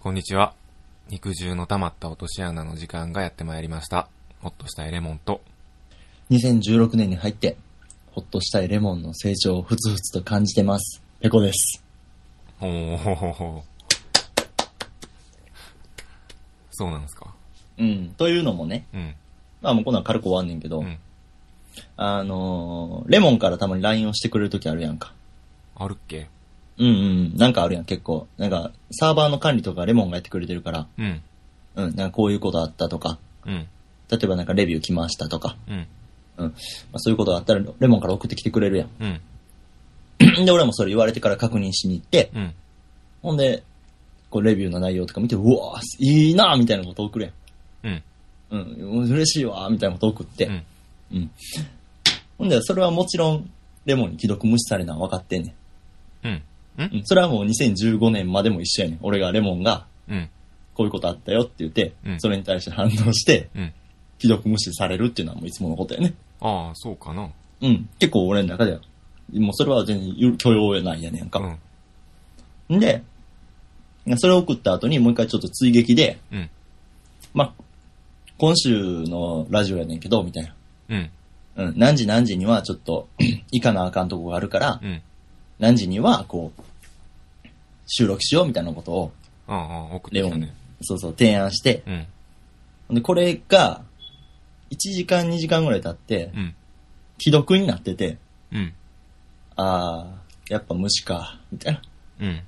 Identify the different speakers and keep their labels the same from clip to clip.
Speaker 1: こんにちは。肉汁の溜まった落とし穴の時間がやってまいりました。ほっとしたいレモンと、
Speaker 2: 2016年に入って、ほっとしたいレモンの成長をふつふつと感じてます。ペコです。
Speaker 1: おー。そうなんですか。
Speaker 2: うん。というのもね、
Speaker 1: うん。
Speaker 2: まあもうこんなん軽く終わんねんけど、
Speaker 1: うん。
Speaker 2: あのーレモンからたまに LINE をしてくれるときあるやんか。
Speaker 1: あるっけ
Speaker 2: うんうん。なんかあるやん、結構。なんか、サーバーの管理とかレモンがやってくれてるから、
Speaker 1: うん。
Speaker 2: うん、なんかこういうことあったとか、
Speaker 1: うん。
Speaker 2: 例えばなんかレビュー来ましたとか、
Speaker 1: うん。
Speaker 2: うん。まあ、そういうことがあったらレモンから送ってきてくれるや
Speaker 1: うん。
Speaker 2: ん。で、 俺もそれ言われてから確認しに行って、
Speaker 1: うん。
Speaker 2: ほんで、こうレビューの内容とか見て、うわーいいなーみたいなこと送るやん。
Speaker 1: うん。
Speaker 2: うん、嬉しいわーみたいなこと送って、
Speaker 1: う
Speaker 2: うん。
Speaker 1: ん。
Speaker 2: ほんで、それはもちろん、レモンに既読無視されるのは分かってんね
Speaker 1: うん。うん
Speaker 2: ん。。うん、それはもう2015年までも一緒やねん。俺がレモンが、
Speaker 1: うん。
Speaker 2: こういうことあったよって言って、
Speaker 1: うん
Speaker 2: それに対して反応して、
Speaker 1: うん。
Speaker 2: 既読無視されるっていうのはもういつものことやね。
Speaker 1: ああ、そうかな。
Speaker 2: うん。結構俺の中では、もうそれは全然許容ないやねん
Speaker 1: う
Speaker 2: か。
Speaker 1: ん。
Speaker 2: ん、で、それを送った後にもう一回ちょっと追撃で、
Speaker 1: うん。
Speaker 2: まあ、今週のラジオやねんけど、みたいな。
Speaker 1: うん。
Speaker 2: うん、何時何時にはちょっと、 いかなあかんとこがあるから、
Speaker 1: うん。
Speaker 2: 何時には、こう、収録しようみたいなことを、
Speaker 1: ああああ、送って
Speaker 2: レ
Speaker 1: き
Speaker 2: オ
Speaker 1: た
Speaker 2: ンに
Speaker 1: ね。、
Speaker 2: そうそう、提案して、
Speaker 1: うん。
Speaker 2: で、これが、1時間2時間ぐらい経って
Speaker 1: う、ん。
Speaker 2: 既読になってて、
Speaker 1: うん。
Speaker 2: あー、やっぱ虫か、みたいな。
Speaker 1: うん。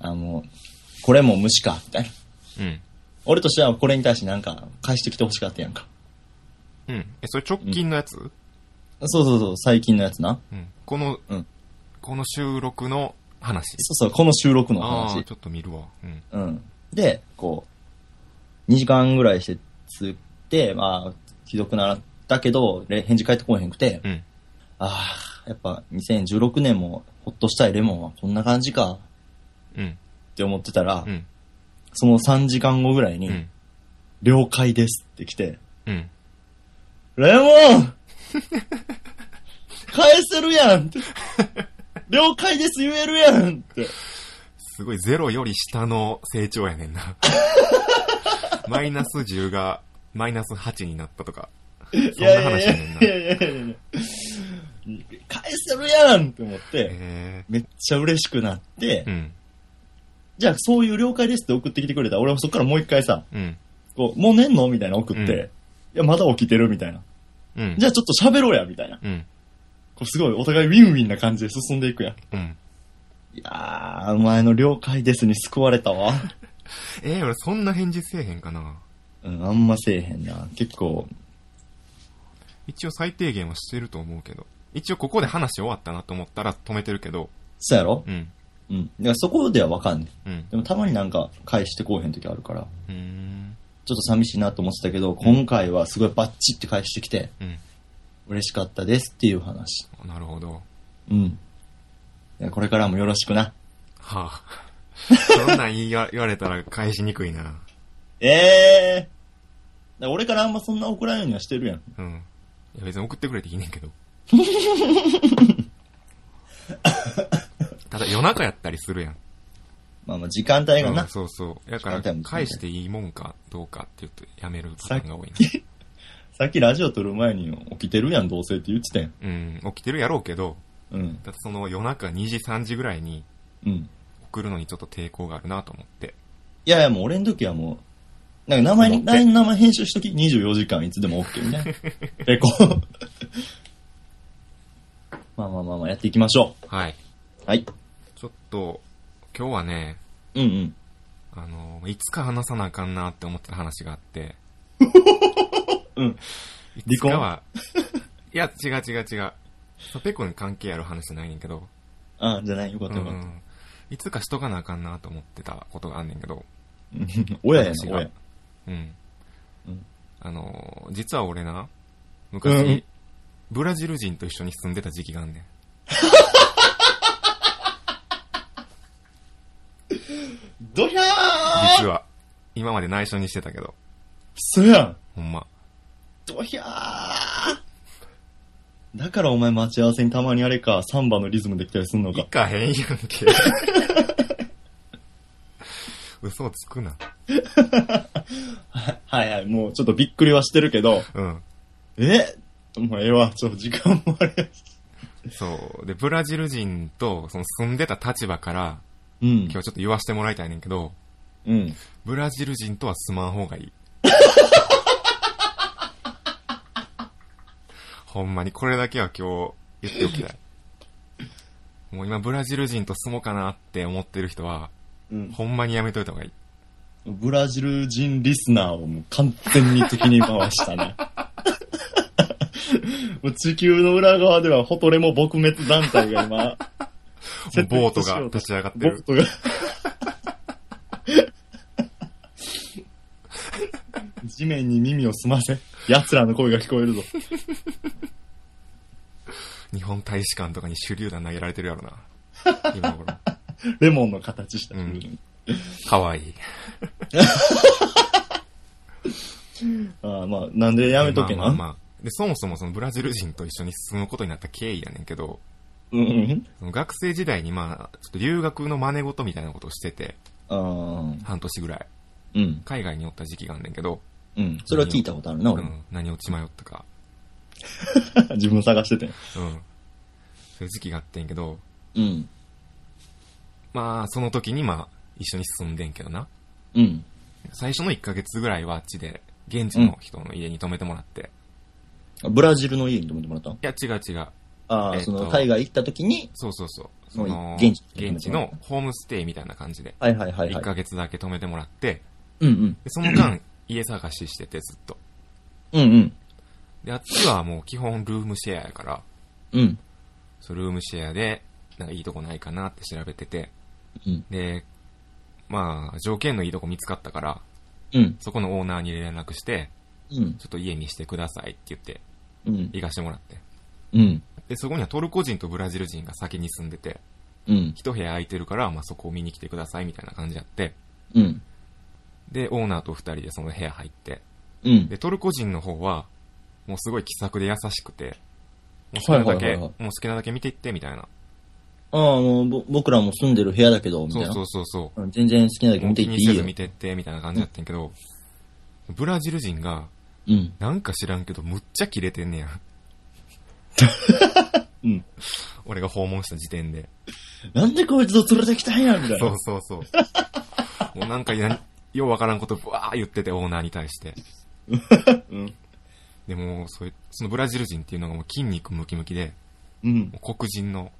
Speaker 2: あもう、これも虫か、みたいな。
Speaker 1: うん。
Speaker 2: 俺としてはこれに対してなんか、返してきてほしかったやんか。
Speaker 1: うん。え、それ直近のやつ
Speaker 2: そうそうそう、最近のやつな。
Speaker 1: うん。この
Speaker 2: うん、
Speaker 1: この収録の話。
Speaker 2: そうそう、この収録の
Speaker 1: あ
Speaker 2: 話
Speaker 1: あ、。ちょっと見るわ。うん。
Speaker 2: うん。で、こう、2時間ぐらいしてつって、まあ、既読なったけど、れ返事返ってこへんくて、
Speaker 1: うん。
Speaker 2: ああ、やっぱ2016年もほっとしたいレモンはこんな感じか
Speaker 1: うん。
Speaker 2: って思ってたら、
Speaker 1: うん。
Speaker 2: その3時間後ぐらいに、
Speaker 1: うん。
Speaker 2: 了解ですって来て、
Speaker 1: うん。
Speaker 2: レモン返せるやんって了解です言えるやんって。
Speaker 1: すごい、ゼロより下の成長やねん な。マイナス10が、マイナス8になったとか。そん
Speaker 2: い
Speaker 1: な
Speaker 2: やい
Speaker 1: 話
Speaker 2: や
Speaker 1: やねん
Speaker 2: い
Speaker 1: な。
Speaker 2: やいやいやいや。返せるやんって思って、
Speaker 1: え
Speaker 2: めっちゃ嬉しくなって、
Speaker 1: ーうん。
Speaker 2: じゃあそういう了解ですって送ってきてくれたら、俺はそっからもう一回さ、
Speaker 1: うん。
Speaker 2: こう、もう寝んのみたいな送って、
Speaker 1: うん
Speaker 2: いや、まだ起きてるみたいな。
Speaker 1: うん
Speaker 2: じ。ゃあちょっと喋ろうや、みたいな。
Speaker 1: うん。
Speaker 2: こうすごいお互いウィンウィンな感じで進んでいくやん。
Speaker 1: うん。
Speaker 2: いやー、お前の了解ですに救われた わ。
Speaker 1: えー、俺そんな返事せえへんかな。
Speaker 2: うん、あんませえへんな。結構、
Speaker 1: 一応最低限はしてると思うけど。一応ここで話終わったなと思ったら止めてるけど。
Speaker 2: そうやろ
Speaker 1: うん。
Speaker 2: うん。だからそこではわかんね
Speaker 1: うん
Speaker 2: ん。。でもたまになんか返してこうへん時あるから、
Speaker 1: うーん。
Speaker 2: ちょっと寂しいなと思ってたけど、今回はすごいバッチって返してきて、
Speaker 1: うん。
Speaker 2: 嬉しかったですっていう話。
Speaker 1: なるほど。
Speaker 2: うん。いやこれからもよろしくな。
Speaker 1: はあ、 そんなん言いわ言われたら返しにくいな。
Speaker 2: ええだから俺からあんまそんな怒らんようにはしてるやん。
Speaker 1: うん。いや別に送ってくれていいねんけど。ただ夜中やったりするやん。
Speaker 2: まあまあ時間帯が
Speaker 1: うん
Speaker 2: な。
Speaker 1: そうそう。だから
Speaker 2: 時間帯も
Speaker 1: 返していいもんかどうかって言うとやめるパターンが多いな。
Speaker 2: さっきラジオ撮る前に起きてるやん、どうせって言ってたやん。
Speaker 1: うん。起きてるやろうけど、
Speaker 2: うん。
Speaker 1: だってその夜中2時3時ぐらいに
Speaker 2: うん。
Speaker 1: 送るのにちょっと抵抗があるなと思って。
Speaker 2: いやいや、もう俺の時はもう、なんか名前
Speaker 1: 思っ
Speaker 2: に、
Speaker 1: て
Speaker 2: LINE の名前編集しとき、24時間いつでも OK みた いな。え、こう。まあまあまあまあ、やっていきましょ
Speaker 1: はい。
Speaker 2: う。はい。
Speaker 1: ちょっと、今日はね、
Speaker 2: うんうん。
Speaker 1: あの、いつか話さなあかんなって思ってた話があって。
Speaker 2: うん。
Speaker 1: いつかは、いや、違う違う違う。ペコに関係ある話じゃないねんけど。
Speaker 2: ああ、じゃない、よかっ
Speaker 1: う
Speaker 2: た
Speaker 1: んう
Speaker 2: よかった。
Speaker 1: ん。いつかしとかなあかんなと思ってたことがあんねんけど。
Speaker 2: 親やな
Speaker 1: 私、が
Speaker 2: 親。
Speaker 1: うん。
Speaker 2: うん
Speaker 1: あの、実は俺な、昔、
Speaker 2: うん
Speaker 1: ブラジル人と一緒に住んでた時期があんねん。
Speaker 2: ドヒャー
Speaker 1: 実は。今まで内緒にしてたけど。
Speaker 2: そやん
Speaker 1: ほんま。
Speaker 2: ドヒャーだからお前待ち合わせにたまにあれか、サンバのリズムできたりすんの
Speaker 1: 行
Speaker 2: か。
Speaker 1: かへんやんけ。 嘘をつくな。
Speaker 2: はいはい、もうちょっとびっくりはしてるけど、
Speaker 1: うん。
Speaker 2: えもうええわ、ちょっと時間もあれやし。
Speaker 1: そう。で、ブラジル人と、その住んでた立場から、
Speaker 2: うん
Speaker 1: 今日ちょっと言わしてもらいたいねんけど、
Speaker 2: うん。
Speaker 1: ブラジル人とは住まん方がいい。 ほんまにこれだけは今日言っておきたい。もう今ブラジル人と住もうかなって思ってる人は、
Speaker 2: うん。
Speaker 1: ほんまにやめといた方がいい。
Speaker 2: ブラジル人リスナーをもう完全に敵に回したね。 もう地球の裏側ではホトレも撲滅団体が今、
Speaker 1: もう ボートが立ち上がって
Speaker 2: ボー
Speaker 1: る。
Speaker 2: トが。地面に耳を澄ませ。奴らの声が聞こえるぞ。
Speaker 1: 日本大使館とかに手榴弾投げられてるやろな。今頃。
Speaker 2: レモンの形した。
Speaker 1: うんかわいい。
Speaker 2: ああまあ、なんでやめとけな。
Speaker 1: まあまあまあで、そもそもそのブラジル人と一緒に住むことになった経緯やねんけど、
Speaker 2: うんうん。
Speaker 1: その学生時代にまあ、ちょっと留学の真似事みたいなことをしてて、
Speaker 2: ああ
Speaker 1: 半年ぐらい。
Speaker 2: うん。
Speaker 1: 海外におった時期があんねんけど、
Speaker 2: うん。それは聞いたことあるな、
Speaker 1: う
Speaker 2: 俺も。
Speaker 1: ん、何を血迷ったか。
Speaker 2: 自分探してて。
Speaker 1: うん。そういう時期があってんけど、
Speaker 2: うん。
Speaker 1: まあ、その時にまあ、一緒に住んでんけどな。
Speaker 2: うん。
Speaker 1: 最初の1ヶ月ぐらいはあっちで、現地の人の家に泊めてもらって。
Speaker 2: ブラジルの家に泊めてもらったの
Speaker 1: いや、違う違う。
Speaker 2: ああ、
Speaker 1: えっ
Speaker 2: そ
Speaker 1: と
Speaker 2: の、海外行った時に、
Speaker 1: そうそうそう。そ
Speaker 2: も
Speaker 1: うの、
Speaker 2: 現地
Speaker 1: 現地のホームステイみたいな感じで、
Speaker 2: はいはいはいは
Speaker 1: 1
Speaker 2: い。
Speaker 1: ヶ月だけ泊めてもらって、
Speaker 2: うん
Speaker 1: で、その間、 家探ししてて、ずっと。
Speaker 2: うん。うんうん。
Speaker 1: で、あっちはもう基本ルームシェアやから、
Speaker 2: うん。
Speaker 1: そうルームシェアで、なんかいいとこないかなって調べてて、
Speaker 2: うん。
Speaker 1: で、まあ、条件のいいとこ見つかったから、
Speaker 2: うん。
Speaker 1: そこのオーナーに連絡して、
Speaker 2: うん。
Speaker 1: ちょっと家にしてくださいって言って、
Speaker 2: うん。
Speaker 1: 行かしてもらって。
Speaker 2: うん。
Speaker 1: で、そこにはトルコ人とブラジル人が先に住んでて、
Speaker 2: うん。
Speaker 1: 一部屋空いてるから、まあそこを見に来てくださいみたいな感じやって、
Speaker 2: うん。
Speaker 1: で、オーナーと二人でその部屋入って、
Speaker 2: うん。
Speaker 1: で、トルコ人の方は、もうすごい気さくで優しくて、もう好きなだけ、
Speaker 2: はいはいはい
Speaker 1: も
Speaker 2: は
Speaker 1: う
Speaker 2: い
Speaker 1: 好きなだけ見ていってみたいな。
Speaker 2: ああ、もうぼ僕らも住んでる部屋だけど、みた
Speaker 1: そ
Speaker 2: いうな。
Speaker 1: そうそうそう。
Speaker 2: うん全然好きなだけ
Speaker 1: もう
Speaker 2: 見てい
Speaker 1: 気
Speaker 2: って
Speaker 1: に
Speaker 2: いい
Speaker 1: せず
Speaker 2: よ
Speaker 1: 見。てってみたいな感じやってんけど、ブラジル人が、
Speaker 2: うん。
Speaker 1: なんか知らんけど、むっちゃキレてんねや。
Speaker 2: うん。
Speaker 1: 俺が訪問した時点で。
Speaker 2: なんでこいつを連れてきたんや、みたい
Speaker 1: そう
Speaker 2: な。
Speaker 1: そうそう。もうなんかや、ようわからんことぶわー言ってて、オーナーに対して。
Speaker 2: うん。
Speaker 1: でも、そういう、そのブラジル人っていうのがもう筋肉ムキムキで、
Speaker 2: うん。
Speaker 1: もう黒人の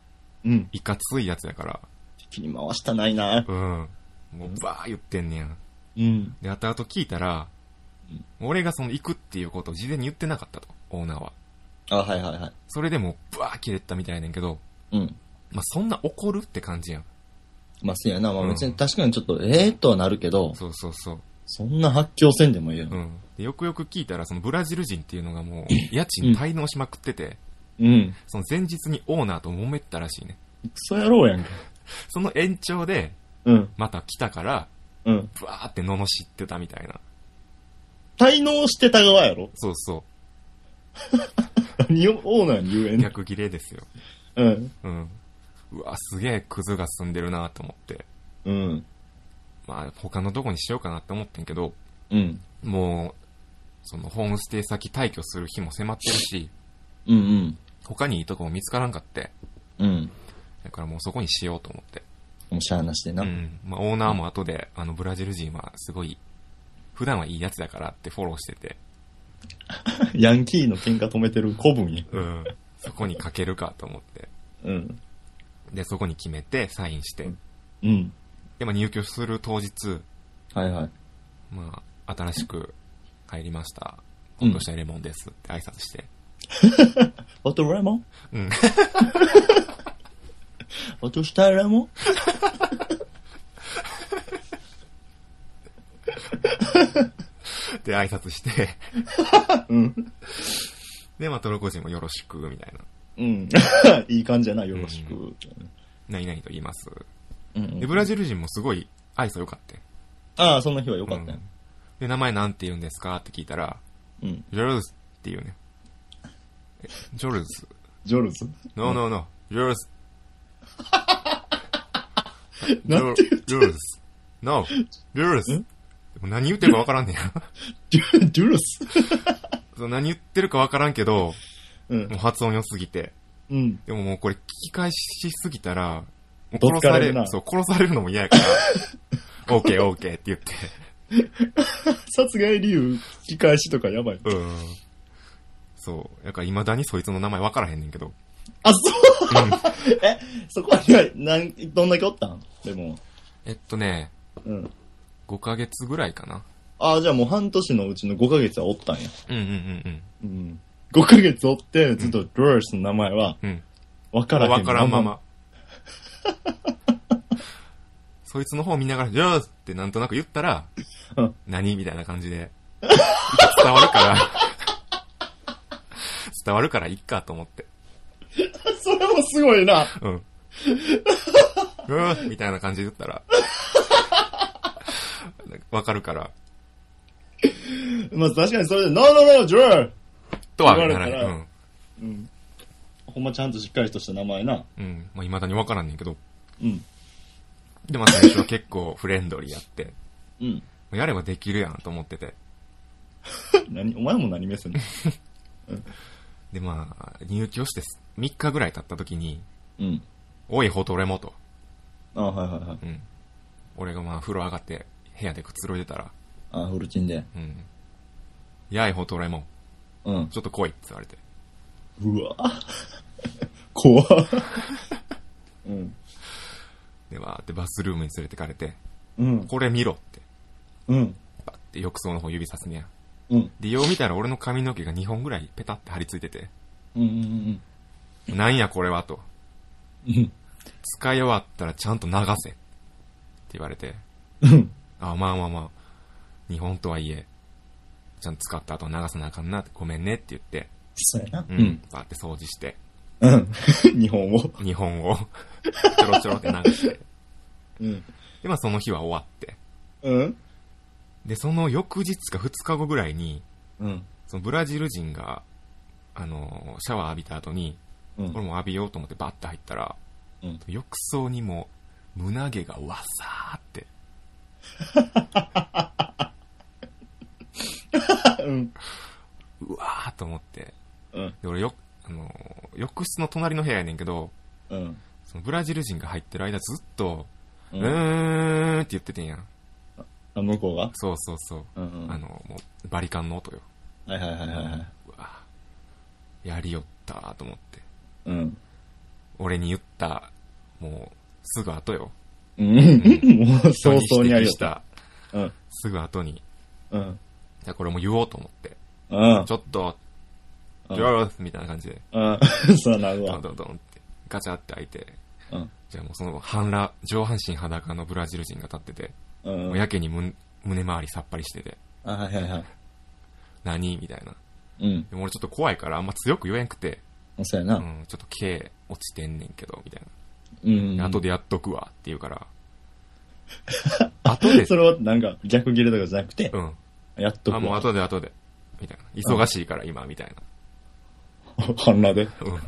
Speaker 2: うん。
Speaker 1: いかついやつやから、
Speaker 2: 敵に回したないな。
Speaker 1: うん。もうばー言ってんねや。
Speaker 2: うん。
Speaker 1: で、後々聞いたら、俺がその行くっていうことを事前に言ってなかったと、オーナーは。
Speaker 2: あはいはいはい。
Speaker 1: それでもう、ばー切れてたみたいやねんけど、
Speaker 2: うん。
Speaker 1: まあ、そんな怒るって感じやん。
Speaker 2: まあ、そうやな。ま
Speaker 1: う
Speaker 2: あ
Speaker 1: ん
Speaker 2: 別に確かにちょっと、ええとはなるけど、
Speaker 1: そうそうそう。
Speaker 2: そんな発狂せんでもいいよ
Speaker 1: う。ん。で、よくよく聞いたら、そのブラジル人っていうのがもう、家賃滞納しまくってて、
Speaker 2: うん。
Speaker 1: その前日にオーナーと揉めてたらしいね。
Speaker 2: クソ野郎やんか。
Speaker 1: その延長で、
Speaker 2: うん。
Speaker 1: また来たから、
Speaker 2: うん。
Speaker 1: ブワーって罵ってたみたいな。
Speaker 2: 滞納してた側やろ
Speaker 1: そうそ
Speaker 2: 何をオーナーに言え
Speaker 1: う。
Speaker 2: んの
Speaker 1: 逆切れですよ。
Speaker 2: うん。
Speaker 1: うん。うわ、すげえクズが住んでるなと思って。
Speaker 2: うん。
Speaker 1: まあ、他のとこにしようかなって思ってんけど、
Speaker 2: うん。
Speaker 1: もう、そのホームステイ先退去する日も迫ってるし、
Speaker 2: うんうん。
Speaker 1: 他にいいとこも見つからんかって。
Speaker 2: うん。
Speaker 1: だからもうそこにしようと思って。
Speaker 2: もうしゃあなしでな。
Speaker 1: うん。まあ、オーナーも後で、あの、ブラジル人はすごい、普段はいいやつだからってフォローしてて、
Speaker 2: ヤンキーの喧嘩止めてる古文や。
Speaker 1: うん。そこにかけるかと思って。
Speaker 2: うん。
Speaker 1: で、そこに決めて、サインして。
Speaker 2: うん。
Speaker 1: で、まあ、入居する当日、
Speaker 2: はいはい。
Speaker 1: まあ、新しく入りました。ほっとしたレモンですって挨拶して。
Speaker 2: あとレモン
Speaker 1: うん。
Speaker 2: あとしたレモン
Speaker 1: で、挨拶して。
Speaker 2: うん。
Speaker 1: で、まあ、トルコ人もよろしく、みたいな。
Speaker 2: うん。 いい感じやな、よろしく。
Speaker 1: う何々と言います。
Speaker 2: うんう
Speaker 1: で、
Speaker 2: ん。
Speaker 1: ブラジル人もすごい愛想良かったよ。
Speaker 2: ああ、そんな日は良かった
Speaker 1: う
Speaker 2: よ
Speaker 1: ん。で、名前なんて言うんですかって聞いたら、
Speaker 2: うん。
Speaker 1: ジョルズって言うね。えジョルズ。
Speaker 2: ジョルズ。
Speaker 1: No, no, no. ジョルズ。ジ
Speaker 2: な
Speaker 1: ョ
Speaker 2: んて
Speaker 1: ジョルズ。 No, rules. 何言ってるかわからんねや。
Speaker 2: デュデュルス。
Speaker 1: そう何言ってるかわからんけど、
Speaker 2: うん
Speaker 1: もう。発音良すぎて。
Speaker 2: うん。
Speaker 1: でももうこれ聞き返しすぎたら、もう
Speaker 2: どっ
Speaker 1: 殺
Speaker 2: か
Speaker 1: さ
Speaker 2: れ
Speaker 1: れ
Speaker 2: るな
Speaker 1: そう、殺されるのも嫌やから、OK, OK って言って。
Speaker 2: 殺害理由聞き返しとかやばい。
Speaker 1: うん。そう。だから未だにそいつの名前わからへんねんけど。
Speaker 2: あ、そう、 え、そこは、いやなん、どんだけおったんでも。
Speaker 1: えっとね、
Speaker 2: うん。
Speaker 1: 5ヶ月ぐらいかな。
Speaker 2: あじゃあもう半年のうちの5ヶ月はおったんや。
Speaker 1: うんうんうん
Speaker 2: うん。5ヶ月おって、ずっとドゥルスの名前は、
Speaker 1: うん。うん。
Speaker 2: わからへん。
Speaker 1: わからんま。ま。 そいつの方見ながら、じゃあってなんとなく言ったら、
Speaker 2: うん
Speaker 1: 何みたいな感じで。 伝わるから。 伝わるからいっかと思って。
Speaker 2: それもすごいな。
Speaker 1: うん。うー みたいな感じで言ったら。わかるから。
Speaker 2: まあ確かにそれで、ノーノーノー、ドゥル
Speaker 1: とはならな
Speaker 2: わか
Speaker 1: い。
Speaker 2: る
Speaker 1: う
Speaker 2: から
Speaker 1: ん。
Speaker 2: うん。ほんまちゃんとしっかりとした名前な。
Speaker 1: うん。まあ、未だにわからんねんけど。
Speaker 2: うん。
Speaker 1: で、まあ、最初は結構フレンドリーやって。
Speaker 2: うん。
Speaker 1: やればできるやんと思ってて。
Speaker 2: 何、お前も何目線だ
Speaker 1: で、まあ、入居して3日ぐらい経った時に、
Speaker 2: うん。
Speaker 1: おい、ほとれもと。
Speaker 2: あはいはいはい。
Speaker 1: うん。俺がまあ、風呂上がって、部屋でくつろいでたら、
Speaker 2: あフルチンで。
Speaker 1: うん。やい、ほとれも。
Speaker 2: うん。
Speaker 1: ちょっと来いって言われて。
Speaker 2: うわ 怖うん。
Speaker 1: で、わーってバスルームに連れてかれて、
Speaker 2: うん。
Speaker 1: これ見ろって。
Speaker 2: うん。
Speaker 1: パッて浴槽の方指さすねや。
Speaker 2: うん。
Speaker 1: で、よう見たら俺の髪の毛が2本ぐらいペタって張り付いてて、
Speaker 2: うん。うん。
Speaker 1: なんやこれはと。
Speaker 2: うん。
Speaker 1: 使い終わったらちゃんと流せ。って言われて、
Speaker 2: うん。
Speaker 1: あ、まあまあまあ、日本とはいえ、ちゃんと使った後は流さなあかんなって、ごめんねって言って、
Speaker 2: そうやな。
Speaker 1: う。ん、バーって掃除して、
Speaker 2: うん。 日本を。
Speaker 1: 日本を、 ちょろちょろって流して、
Speaker 2: うん。
Speaker 1: で、まあその日は終わって、
Speaker 2: うん。
Speaker 1: で、その翌日か2日後ぐらいに、
Speaker 2: うん。
Speaker 1: そのブラジル人が、あのー、シャワー浴びた後に、
Speaker 2: う
Speaker 1: 俺も浴びようと思ってバッて入ったら、
Speaker 2: うん
Speaker 1: 浴槽にも胸毛がわさーって
Speaker 2: ん。
Speaker 1: うわーと思って
Speaker 2: うん。
Speaker 1: で俺よあのー浴室の隣の部屋やねんけど
Speaker 2: うん。
Speaker 1: そのブラジル人が入ってる間ずっと「う
Speaker 2: うん
Speaker 1: ーん」って言っててんやん
Speaker 2: あ、向こうが
Speaker 1: そうそうそう、
Speaker 2: うん
Speaker 1: あのもうバリカンの音よ
Speaker 2: はいはいはいはいはい。
Speaker 1: うわーやりよったーと思って
Speaker 2: うん。
Speaker 1: 俺に言ったもうすぐ後よ
Speaker 2: うん。 もう早々にあ
Speaker 1: 人
Speaker 2: り
Speaker 1: 指摘
Speaker 2: よ
Speaker 1: し。た
Speaker 2: うん。
Speaker 1: すぐ後に
Speaker 2: うん。
Speaker 1: じゃあこれも言おうと思って
Speaker 2: うん
Speaker 1: ち。ょっと
Speaker 2: うん
Speaker 1: ジョースみたいな感じで
Speaker 2: うん。 そうなる
Speaker 1: ドン
Speaker 2: わ。
Speaker 1: ドンドンって、ガチャって開いて、
Speaker 2: うん。
Speaker 1: じゃあもうその半裸、上半身裸のブラジル人が立ってて、
Speaker 2: うん。
Speaker 1: もうやけにむ胸周りさっぱりしてて、
Speaker 2: あ、はいはいはい。
Speaker 1: 何みたいな。
Speaker 2: うん。
Speaker 1: でも俺ちょっと怖いからあんま強く言えんくて、
Speaker 2: そうや
Speaker 1: う
Speaker 2: な。
Speaker 1: ん、ちょっと毛落ちてんねんけど、みたい
Speaker 2: うん
Speaker 1: な。後でやっとくわって言うから、後で
Speaker 2: そ、れはなんか逆切れとかじゃなくて
Speaker 1: う、ん。
Speaker 2: やっとく
Speaker 1: あ、もう
Speaker 2: わ。
Speaker 1: 後で後で、みたいな。忙しいから今、みたい
Speaker 2: 半裸で。
Speaker 1: な。うん。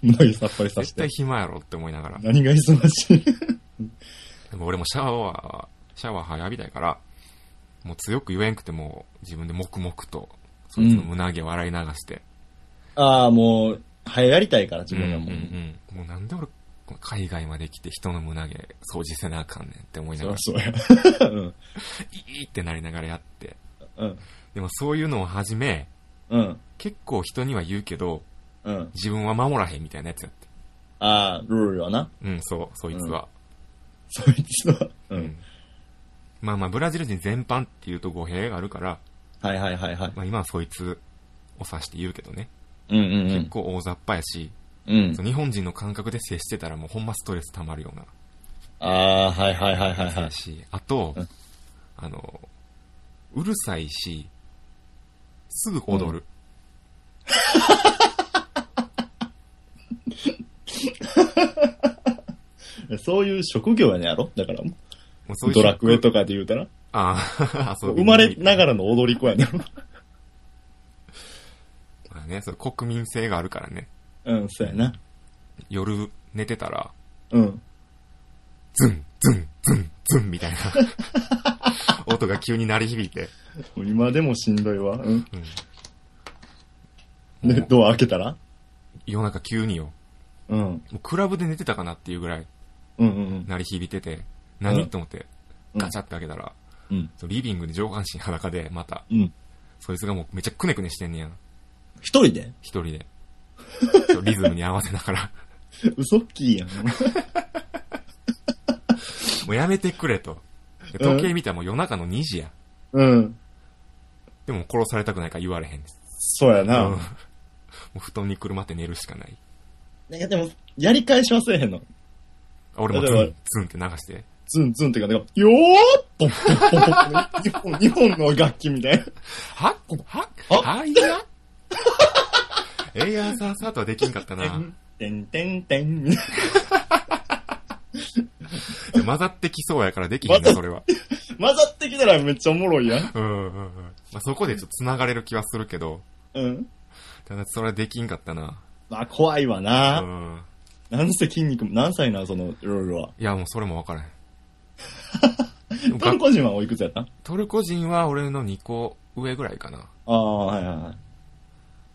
Speaker 2: 胸毛さっぱりさせ
Speaker 1: 絶対
Speaker 2: て。
Speaker 1: 暇やろって思いながら。
Speaker 2: 何が忙しい
Speaker 1: でも俺もシャワー、シャワー早浴びたいから、もう強く言えんくてもう自分で黙々と、そいつの胸毛を洗い流して。
Speaker 2: ああ、もう、早やりたいから自分がも
Speaker 1: う。
Speaker 2: うん
Speaker 1: うんもうなんで俺、海外まで来て人の胸毛掃除せなあかんねんって思いな
Speaker 2: そ
Speaker 1: が
Speaker 2: りゃ
Speaker 1: ら、
Speaker 2: そうや。うん。
Speaker 1: いいってなりながらやって。
Speaker 2: うん。
Speaker 1: でもそういうのを始め、
Speaker 2: うん。
Speaker 1: 結構人には言うけど、
Speaker 2: うん。
Speaker 1: 自分は守らへんみたいなやつやって。
Speaker 2: ああ、ルールはな。
Speaker 1: うん、そう、そいつは。
Speaker 2: そいつは。う。
Speaker 1: うんまあまあ、ブラジル人全般っていうと語弊があるから、
Speaker 2: はいはいはいはい。
Speaker 1: まあ今はそいつを指して言うけどね。
Speaker 2: うんう
Speaker 1: 結
Speaker 2: ん
Speaker 1: 構大雑把やし、
Speaker 2: うん。うん
Speaker 1: そ。の日本人の感覚で接してたらもうほんまストレス溜まるような
Speaker 2: ああ、はいはいはいは
Speaker 1: 感
Speaker 2: い
Speaker 1: じ
Speaker 2: はい
Speaker 1: や。し、あと
Speaker 2: うん、
Speaker 1: あの、うるさいし、すぐ踊る。
Speaker 2: そういう職業やねやろだから、
Speaker 1: もうそういう
Speaker 2: ドラクエとかで言うたら、
Speaker 1: ああ、 そう。
Speaker 2: 生まれなが
Speaker 1: ら。
Speaker 2: らの踊り子やねやろ
Speaker 1: まあね、そう国民性があるからね。
Speaker 2: うん、そうやな。
Speaker 1: 夜寝てたら、
Speaker 2: うん。
Speaker 1: ズン、ズン、ズン、ズンみ たいな音が急に鳴り響いて。
Speaker 2: 今でもしんどいわ。うん。
Speaker 1: うん
Speaker 2: で
Speaker 1: もう
Speaker 2: ドア開けたら
Speaker 1: 夜中急によ。
Speaker 2: うん。
Speaker 1: もうクラブで寝てたかなっていうぐらい
Speaker 2: うんうん
Speaker 1: 鳴り響いてて、何、
Speaker 2: うん
Speaker 1: と思って、
Speaker 2: うん
Speaker 1: ガチャって開けたら、
Speaker 2: うん。うん。
Speaker 1: そのリビングで上半身裸で、また、
Speaker 2: うん。
Speaker 1: そいつがもうめっちゃくねくねしてんねや。
Speaker 2: 一人で
Speaker 1: 一人で。そうリズムに合わせなが ら。
Speaker 2: 嘘っきーやん。
Speaker 1: もうやめてくれと。で
Speaker 2: うん
Speaker 1: 時計見たらもう夜中の2時や。
Speaker 2: うん。
Speaker 1: でも殺されたくないから言われへんです。
Speaker 2: そうや
Speaker 1: うんも
Speaker 2: な。
Speaker 1: う布団にくるまって寝るしかない。
Speaker 2: なんかでも、やり返しはせえへんの。
Speaker 1: 俺も
Speaker 2: だ
Speaker 1: ズ
Speaker 2: から
Speaker 1: ン、ズンって流して。
Speaker 2: ズンズンってか、なんか、よーっポンポンポンポンポン日本、日本の楽器みたいな。
Speaker 1: はっはっ
Speaker 2: あ
Speaker 1: はいやえいやさあさあとはできんかったな。
Speaker 2: てんてんてんみたい
Speaker 1: で混ざってきそうやからできへん
Speaker 2: 混ざ
Speaker 1: な、
Speaker 2: っ
Speaker 1: それは。
Speaker 2: な。混ざってきたらめっちゃおもろいやん。
Speaker 1: うんうんうん。まあ、そこでちょっと繋がれる気はするけど、
Speaker 2: うん。
Speaker 1: ただそれはできんかったな。
Speaker 2: まあ怖いわ
Speaker 1: う
Speaker 2: な。
Speaker 1: ん。
Speaker 2: なんせ筋肉も、何歳なのそのルールは。
Speaker 1: いや、もうそれもわからへん。で も
Speaker 2: ト
Speaker 1: が
Speaker 2: ルコ人はおいくつやったあ
Speaker 1: トルコ人は俺の2個上ぐらいかな。
Speaker 2: あー、はいはいはい。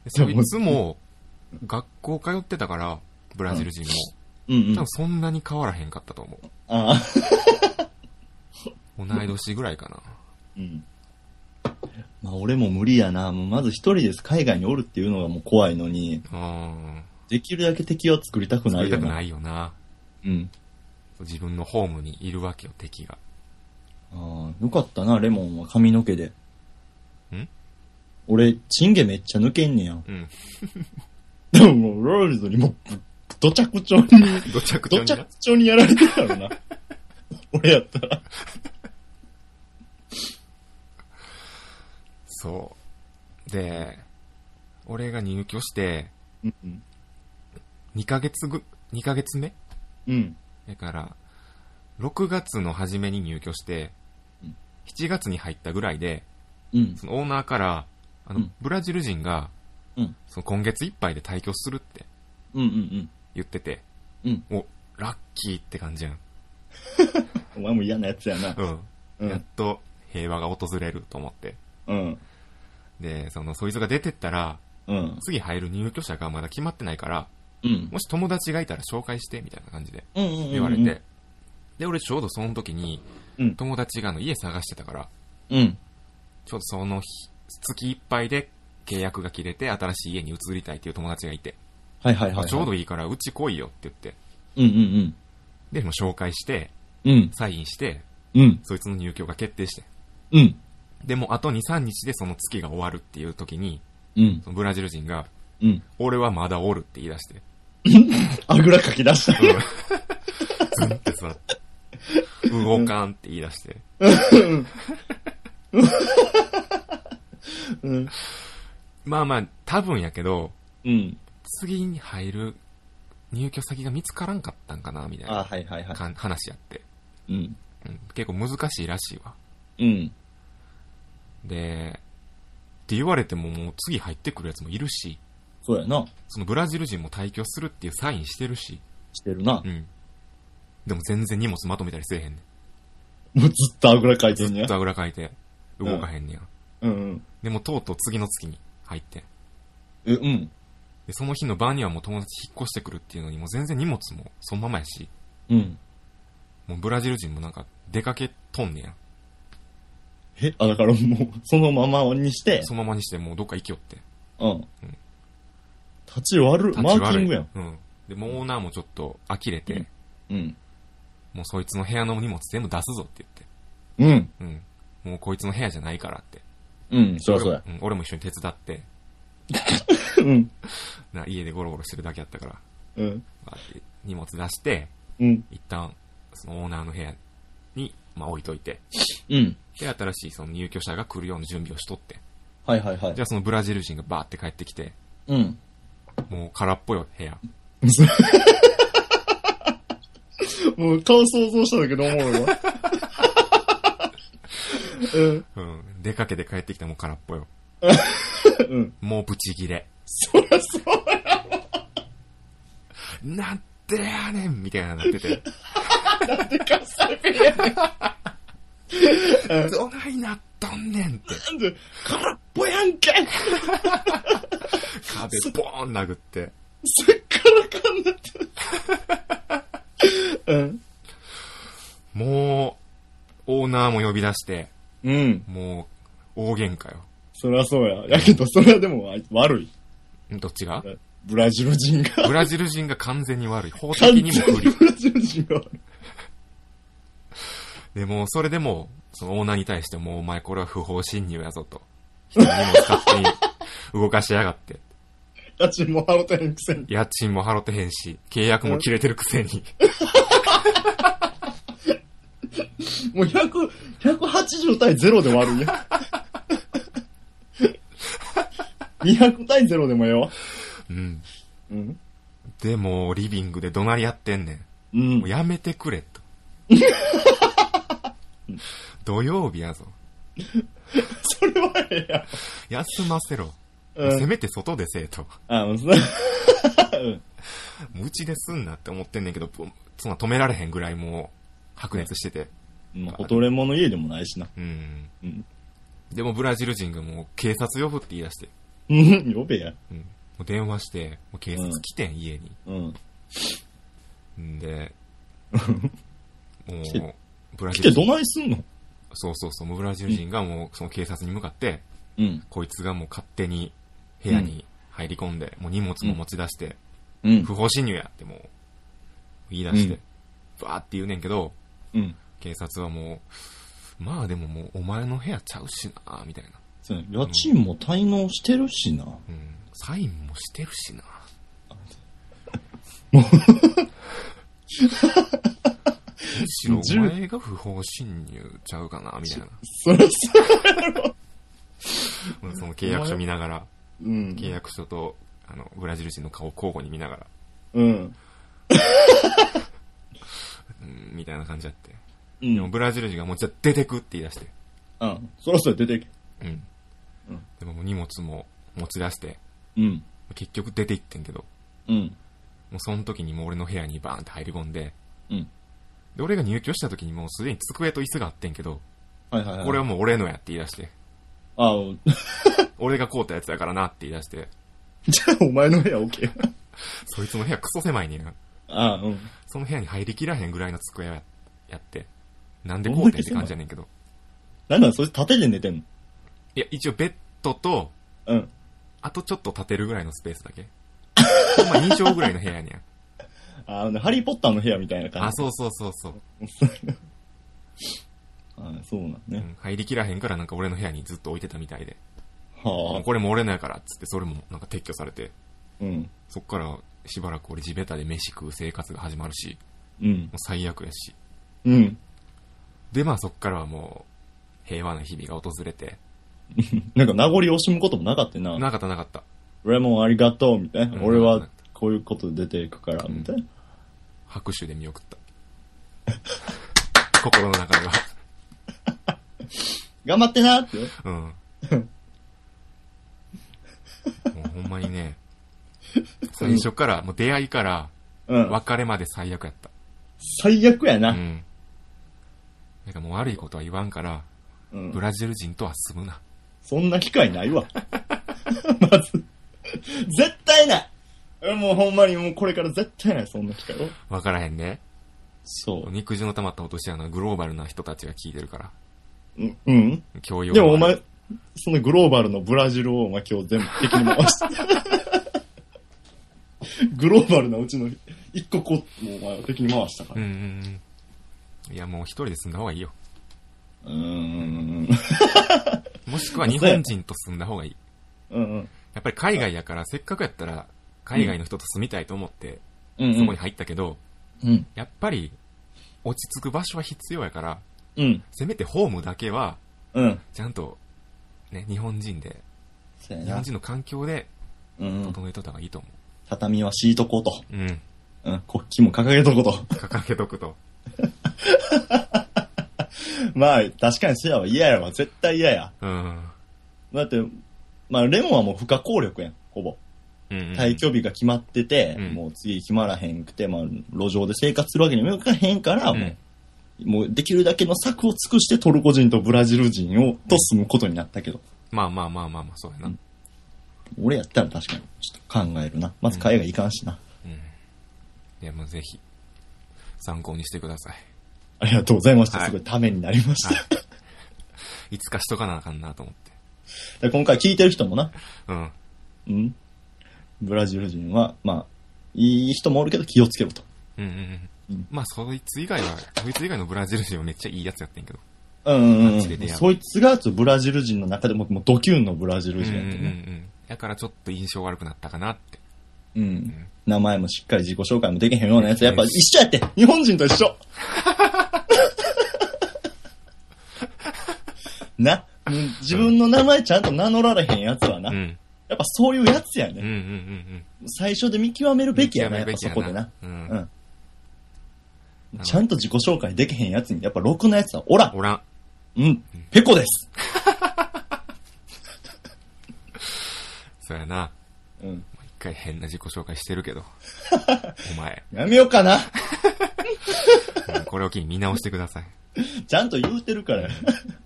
Speaker 1: でそいつも、学校通ってたから、ブラジル人も。
Speaker 2: うんうん。
Speaker 1: 多分そんなに変わらへんかったと思
Speaker 2: ああ。
Speaker 1: う。同い年ぐらいかな。
Speaker 2: うん。まあ俺も無理やな。もうまず一人です。海外におるっていうのがもう怖いのに、
Speaker 1: うん。
Speaker 2: できるだけ敵を作りたくな
Speaker 1: 作
Speaker 2: い
Speaker 1: りた
Speaker 2: よ
Speaker 1: く
Speaker 2: な。
Speaker 1: ないよな。
Speaker 2: うん。
Speaker 1: 自分のホームにいるわけよ、敵が。
Speaker 2: ああ、よかったな、レモンは髪の毛で。
Speaker 1: ん
Speaker 2: 俺、チンゲめっちゃ抜けんねやん。
Speaker 1: うん。
Speaker 2: でももう、ロールズにもう、どちゃくちょに、
Speaker 1: どちゃくちゃ
Speaker 2: ど
Speaker 1: に
Speaker 2: ちゃ
Speaker 1: な
Speaker 2: く。ちょにやられてるやろな。 俺やったら。
Speaker 1: そう。で、俺が入居して、
Speaker 2: うん。
Speaker 1: 2ヶ月ぐ、2ヶ月目
Speaker 2: うん。
Speaker 1: だから、6月の初めに入居して
Speaker 2: うん、
Speaker 1: 7月に入ったぐらいで、
Speaker 2: うん。
Speaker 1: そのオーナーから、あの、
Speaker 2: うん
Speaker 1: ブラジル人が、
Speaker 2: うん
Speaker 1: その今月いっぱいで退去するって
Speaker 2: うんうん
Speaker 1: 言ってて、
Speaker 2: うん。
Speaker 1: お、ラッキーって感じやん。
Speaker 2: お前も嫌なやつやな。
Speaker 1: うん。
Speaker 2: う
Speaker 1: やっ
Speaker 2: ん。
Speaker 1: と平和が訪れると思って。
Speaker 2: うん。
Speaker 1: で、その、そいつが出てったら、
Speaker 2: うん。
Speaker 1: 次入る入居者がまだ決まってないから、
Speaker 2: うん。
Speaker 1: もし友達がいたら紹介して、みたいな感じで
Speaker 2: うんうんうん。
Speaker 1: 言われて。で、俺ちょうどその時に
Speaker 2: うん、
Speaker 1: 友達があの家探してたから、
Speaker 2: うん。
Speaker 1: ちょうどその日、月いっぱいで契約が切れて新しい家に移りたいっていう友達がいて、
Speaker 2: はいはいはいは
Speaker 1: あ
Speaker 2: い。
Speaker 1: ちょうどいいからうち来いよって言って、
Speaker 2: うんうん
Speaker 1: で、もう紹介して、
Speaker 2: うん。うん。
Speaker 1: サインして、
Speaker 2: うん。
Speaker 1: そいつの入居が決定して。
Speaker 2: うん。
Speaker 1: で、もうあと2、3日でその月が終わるっていう時に、
Speaker 2: うん。
Speaker 1: そのブラジル人が、
Speaker 2: うん。
Speaker 1: 俺はまだおるって言い出して。
Speaker 2: あぐらかき出した。
Speaker 1: うん。ズンってさ、動かんって言い出して。
Speaker 2: うん。
Speaker 1: まあまあ、多分やけど、
Speaker 2: うん。
Speaker 1: 次に入る入居先が見つからんかったんかな、みたい
Speaker 2: あ、
Speaker 1: な
Speaker 2: はいはいは
Speaker 1: かん話やって。
Speaker 2: い。うん。
Speaker 1: うん、結構難しいらしいわ。
Speaker 2: うん。
Speaker 1: で、って言われてももう次入ってくるやつもいるし、
Speaker 2: そうやな。
Speaker 1: そのブラジル人も退去するっていうサインしてるし、
Speaker 2: してるな
Speaker 1: う。ん。でも全然荷物まとめたりせえへんねん。
Speaker 2: もうずっとあぐらかいてんね
Speaker 1: ずっと
Speaker 2: や。
Speaker 1: あぐらかいて、動かへんねや。
Speaker 2: うん。
Speaker 1: でもとうとう次の月に入って。
Speaker 2: え、うん。
Speaker 1: で、その日の晩にはもう友達引っ越してくるっていうのに、もう全然荷物もそのままやし、
Speaker 2: うん。
Speaker 1: もうブラジル人もなんか出かけとんねや。
Speaker 2: え、あ、だからもう、そのままにして、
Speaker 1: そのままにしてもうどっか行きよって。
Speaker 2: うん。立ち悪る、マーキングやん。
Speaker 1: うん。で、もうオーナーもちょっと呆れて、
Speaker 2: うん。
Speaker 1: もうそいつの部屋の荷物全部出すぞって
Speaker 2: うん。
Speaker 1: 言って。うん。もうこいつの部屋じゃないからって。
Speaker 2: うん、そりゃそうや。
Speaker 1: 俺もん俺も一緒に手伝って、
Speaker 2: うん。
Speaker 1: な、家でゴロゴロしてるだけやったから、
Speaker 2: うん。
Speaker 1: バーって荷物出して、
Speaker 2: うん。
Speaker 1: 一旦、そのオーナーの部屋に、まあ置いといて、
Speaker 2: うん。
Speaker 1: で、新しいその入居者が来るような準備をしとって、
Speaker 2: はいはいはい
Speaker 1: じゃ。あそのブラジル人がバーって帰ってきて、
Speaker 2: うん。
Speaker 1: もう空っぽよ、部屋。
Speaker 2: もう顔想像しただけど思う わ。うん。
Speaker 1: うん。出かけて帰ってきたらもう空っぽよ。
Speaker 2: うん。
Speaker 1: もうブチギレ。
Speaker 2: そりゃそうや。
Speaker 1: なんでやねんみたいなのなってて。
Speaker 2: なんで関西弁やねん。
Speaker 1: どないなっとんねんって。
Speaker 2: なんで、空っぽやんけ
Speaker 1: 壁ボーン殴って。
Speaker 2: すっからかんな って。うん。
Speaker 1: もう、オーナーも呼び出して、
Speaker 2: うん。
Speaker 1: もう、大喧嘩よ。
Speaker 2: そりゃそうや。やけど、それはでもわ悪い。
Speaker 1: どっちが
Speaker 2: ブラジル人が。
Speaker 1: ブラジル人が完全に悪い。法的
Speaker 2: 完全
Speaker 1: に
Speaker 2: に
Speaker 1: も不利。
Speaker 2: ブラジル人が悪い。
Speaker 1: でも、それでも、そのオーナーに対して、もうお前これは不法侵入やぞと。人にも勝手に動かしやがって。
Speaker 2: 家賃も払ってへんくせに。
Speaker 1: 家賃も払ってへんし、契約も切れてるくせに。
Speaker 2: もう100、180対0で悪いやん。200対0でもよ。
Speaker 1: うん。
Speaker 2: うん。
Speaker 1: でも、リビングで怒鳴り合ってんねん。
Speaker 2: う。
Speaker 1: もうんやめてくれと。土曜日やぞ。
Speaker 2: それはええやん。
Speaker 1: 休ませろ。
Speaker 2: うん
Speaker 1: せめて外でせえと。
Speaker 2: あ、もうそれ。うん
Speaker 1: もううちですんなって思ってんねんけど、ぽそんな止められへんぐらいもう白熱してて。
Speaker 2: まあ、ほとれもの家でもないしな。
Speaker 1: うん。
Speaker 2: うん。
Speaker 1: でもブラジル人がもう警察呼ぶって言い出して。
Speaker 2: うん、呼べや。
Speaker 1: うん。もう電話して、もう警察来てん、家に。
Speaker 2: うん。
Speaker 1: んで、も
Speaker 2: 来て
Speaker 1: う、ブラ
Speaker 2: 来
Speaker 1: ジ
Speaker 2: て
Speaker 1: ル
Speaker 2: ど
Speaker 1: 人。
Speaker 2: ないすんの
Speaker 1: そうそうそう、もうブラジル人がもうその警察に向かって、
Speaker 2: うん。
Speaker 1: こいつがもう勝手に部屋に入り込んで、もう荷物も持ち出して、
Speaker 2: うん
Speaker 1: 不。法侵入やってもう、言い出して、
Speaker 2: うん
Speaker 1: バーって言うねんけど、
Speaker 2: うん。
Speaker 1: 警察はもう、まあでももうお前の部屋ちゃうしな、みたいな。
Speaker 2: そうね家賃も滞納してるしな。
Speaker 1: うん。サインもしてるし な。むしろお前が不法侵入ちゃうかな、みたいな。
Speaker 2: そりゃそう。
Speaker 1: その契約書見ながら、
Speaker 2: うん。
Speaker 1: 契約書と、あの、ブラジル人の顔を交互に見ながら、
Speaker 2: うん。
Speaker 1: うん、みたいな感じやって。
Speaker 2: う
Speaker 1: でも
Speaker 2: ん。
Speaker 1: ブラジル人がもうじゃあ出てくって言い出して。
Speaker 2: うん。そりゃそうや、出てけ。
Speaker 1: うん。
Speaker 2: うん
Speaker 1: でももう荷物も持ち出して、
Speaker 2: うん。
Speaker 1: 結局出て行ってんけど、
Speaker 2: うん。
Speaker 1: もうその時にもう俺の部屋にバーンって入り込んで、
Speaker 2: うん。
Speaker 1: で、俺が入居した時にもうすでに机と椅子があってんけど、
Speaker 2: はいはいはい。
Speaker 1: これはもう俺のやって言い出して、
Speaker 2: あ、
Speaker 1: 俺が買うたやつだからなって言い出して、
Speaker 2: じゃあお前の部屋 OK。
Speaker 1: そいつの部屋クソ狭いねん。
Speaker 2: あうん。
Speaker 1: その部屋に入りきらへんぐらいの机ややって、なんでこうてんって感じやねんけど。
Speaker 2: なんだ、それ縦で寝てんの
Speaker 1: いや、一応ベッドと、
Speaker 2: うん。
Speaker 1: あとちょっと立てるぐらいのスペースだけ。ほんま2畳ぐらいの部屋やねん。
Speaker 2: あの、ハリーポッターの部屋みたいな
Speaker 1: あ
Speaker 2: 感、じ。
Speaker 1: そうそうそうそう。
Speaker 2: あそうなん
Speaker 1: う
Speaker 2: ね。
Speaker 1: ん、入りきらへんからなんか俺の部屋にずっと置いてたみたいで。も
Speaker 2: は
Speaker 1: うこれも俺のやからっつってそれもなんか撤去されて、
Speaker 2: あ。うん。
Speaker 1: そっからしばらく俺地べたで飯食う生活が始まるし、
Speaker 2: うん
Speaker 1: もう。最悪やし。
Speaker 2: うん。
Speaker 1: で、まあそっからはもう、平和な日々が訪れて、
Speaker 2: なんか名残惜しむこともなかったな。
Speaker 1: なかったなかった。
Speaker 2: 俺もありがとう、みたいな。
Speaker 1: うん
Speaker 2: 俺はこういうことで出ていくから、
Speaker 1: ん
Speaker 2: みたいな。
Speaker 1: 拍手で見送った。 心の中では。
Speaker 2: 頑張ってなって。
Speaker 1: うん。もうほんまにね、最初から、もう出会いから、
Speaker 2: うん。
Speaker 1: 別れまで最悪やった。
Speaker 2: 最悪や
Speaker 1: う
Speaker 2: な。
Speaker 1: ん。なんかもう悪いことは言わんから、
Speaker 2: うん
Speaker 1: ブラジル人とは住むな。
Speaker 2: そんな機会ないわ。 まず。絶対ない俺もうほんまにもうこれから絶対ない、そんな機会を。
Speaker 1: わからへんね。
Speaker 2: そ
Speaker 1: 肉汁の溜まった落とし穴、グローバルな人たちが聞いてるから。
Speaker 2: う。うん。うん。
Speaker 1: 教養
Speaker 2: でもお
Speaker 1: のある
Speaker 2: 前、そのグローバルのブラジルをお前今日全部敵に回して。 グローバルなうちの一個こうお前を敵に回したか
Speaker 1: う
Speaker 2: ら。
Speaker 1: んうんうん。いや、もう一人で住んだ方がいいよ。
Speaker 2: うーん。
Speaker 1: もしくは日本人と住んだ方がいい。
Speaker 2: うん。
Speaker 1: やっぱり海外やから、せっかくやったら、海外の人と住みたいと思って、
Speaker 2: う
Speaker 1: そこに
Speaker 2: ん。
Speaker 1: 入ったけど、
Speaker 2: うん。
Speaker 1: やっぱり、落ち着く場所は必要やから、
Speaker 2: うん。
Speaker 1: せめてホームだけは、
Speaker 2: うん。
Speaker 1: ちゃんと、ね、日本人で、
Speaker 2: そうや
Speaker 1: 日本
Speaker 2: な。
Speaker 1: 人の環境で
Speaker 2: うん。
Speaker 1: 整えとった方がいいと思
Speaker 2: 畳は敷いとこうと。
Speaker 1: う。うん。
Speaker 2: うん。国旗も掲げとこうと。
Speaker 1: 掲げとくと。
Speaker 2: まあ、確かにせやわ。嫌やわ。絶対嫌や。
Speaker 1: うん。
Speaker 2: だって、まあ、レモンはもう不可抗力やん。ほぼ。
Speaker 1: うんうん。
Speaker 2: 退去日が決まってて、
Speaker 1: うん
Speaker 2: もう次決まらへんくて、まあ、路上で生活するわけにもいかへんから、
Speaker 1: うん
Speaker 2: もうもうできるだけの策を尽くしてトルコ人とブラジル人をと住むことになったけど、
Speaker 1: まあまあまあまあまあ、そうやな。うん。
Speaker 2: 俺やったら確かにちょっと考えるな。まず海外行かんしな。
Speaker 1: いや、もうぜひ、参考にしてください。
Speaker 2: ありがとうございました。
Speaker 1: はい
Speaker 2: すごいためになりま した。
Speaker 1: はいいつかしとかなあかんなと思って。
Speaker 2: で今回聞いてる人もな、
Speaker 1: うん。
Speaker 2: うん。ブラジル人は、まあ、いい人もおるけど気をつけろと。
Speaker 1: うんうんう
Speaker 2: うんん。
Speaker 1: まあ、そいつ以外 は、そいつ以外のブラジル人はめっちゃいいやつやってんけど。
Speaker 2: うんうんう
Speaker 1: 街で出
Speaker 2: ん。
Speaker 1: 会う
Speaker 2: そいつがちょっとブラジル人の中でももうドキュンのブラジ
Speaker 1: う
Speaker 2: ル
Speaker 1: んうん
Speaker 2: 人
Speaker 1: う
Speaker 2: や
Speaker 1: ん
Speaker 2: っ
Speaker 1: う
Speaker 2: たね。
Speaker 1: ん。だからちょっと印象悪くなったかなって。
Speaker 2: うん
Speaker 1: ん
Speaker 2: 名前もしっかり自己紹介もできへんようなやつ。やっぱ一緒やって日本人と一 緒な、うん自分の名前ちゃんと名乗られへんやつはな。
Speaker 1: う
Speaker 2: や
Speaker 1: ん。
Speaker 2: っぱそういうやつや
Speaker 1: うんうんうん
Speaker 2: ね。
Speaker 1: うん。
Speaker 2: 最初で見極めるべきやな、やっ
Speaker 1: 見
Speaker 2: ぱ
Speaker 1: 極
Speaker 2: そ
Speaker 1: める
Speaker 2: こでな。
Speaker 1: べきやな
Speaker 2: う
Speaker 1: うん
Speaker 2: ん。ちゃんと自己紹介できへんやつに、やっぱろくなやつはおらん
Speaker 1: おらん。
Speaker 2: うん。ペコです。
Speaker 1: そうやな。
Speaker 2: うん。
Speaker 1: 一回変な自己紹介してる けど。お前、
Speaker 2: やめようかな。
Speaker 1: うんこれを機に見直してください。
Speaker 2: ちゃんと言うてるから。ありがとう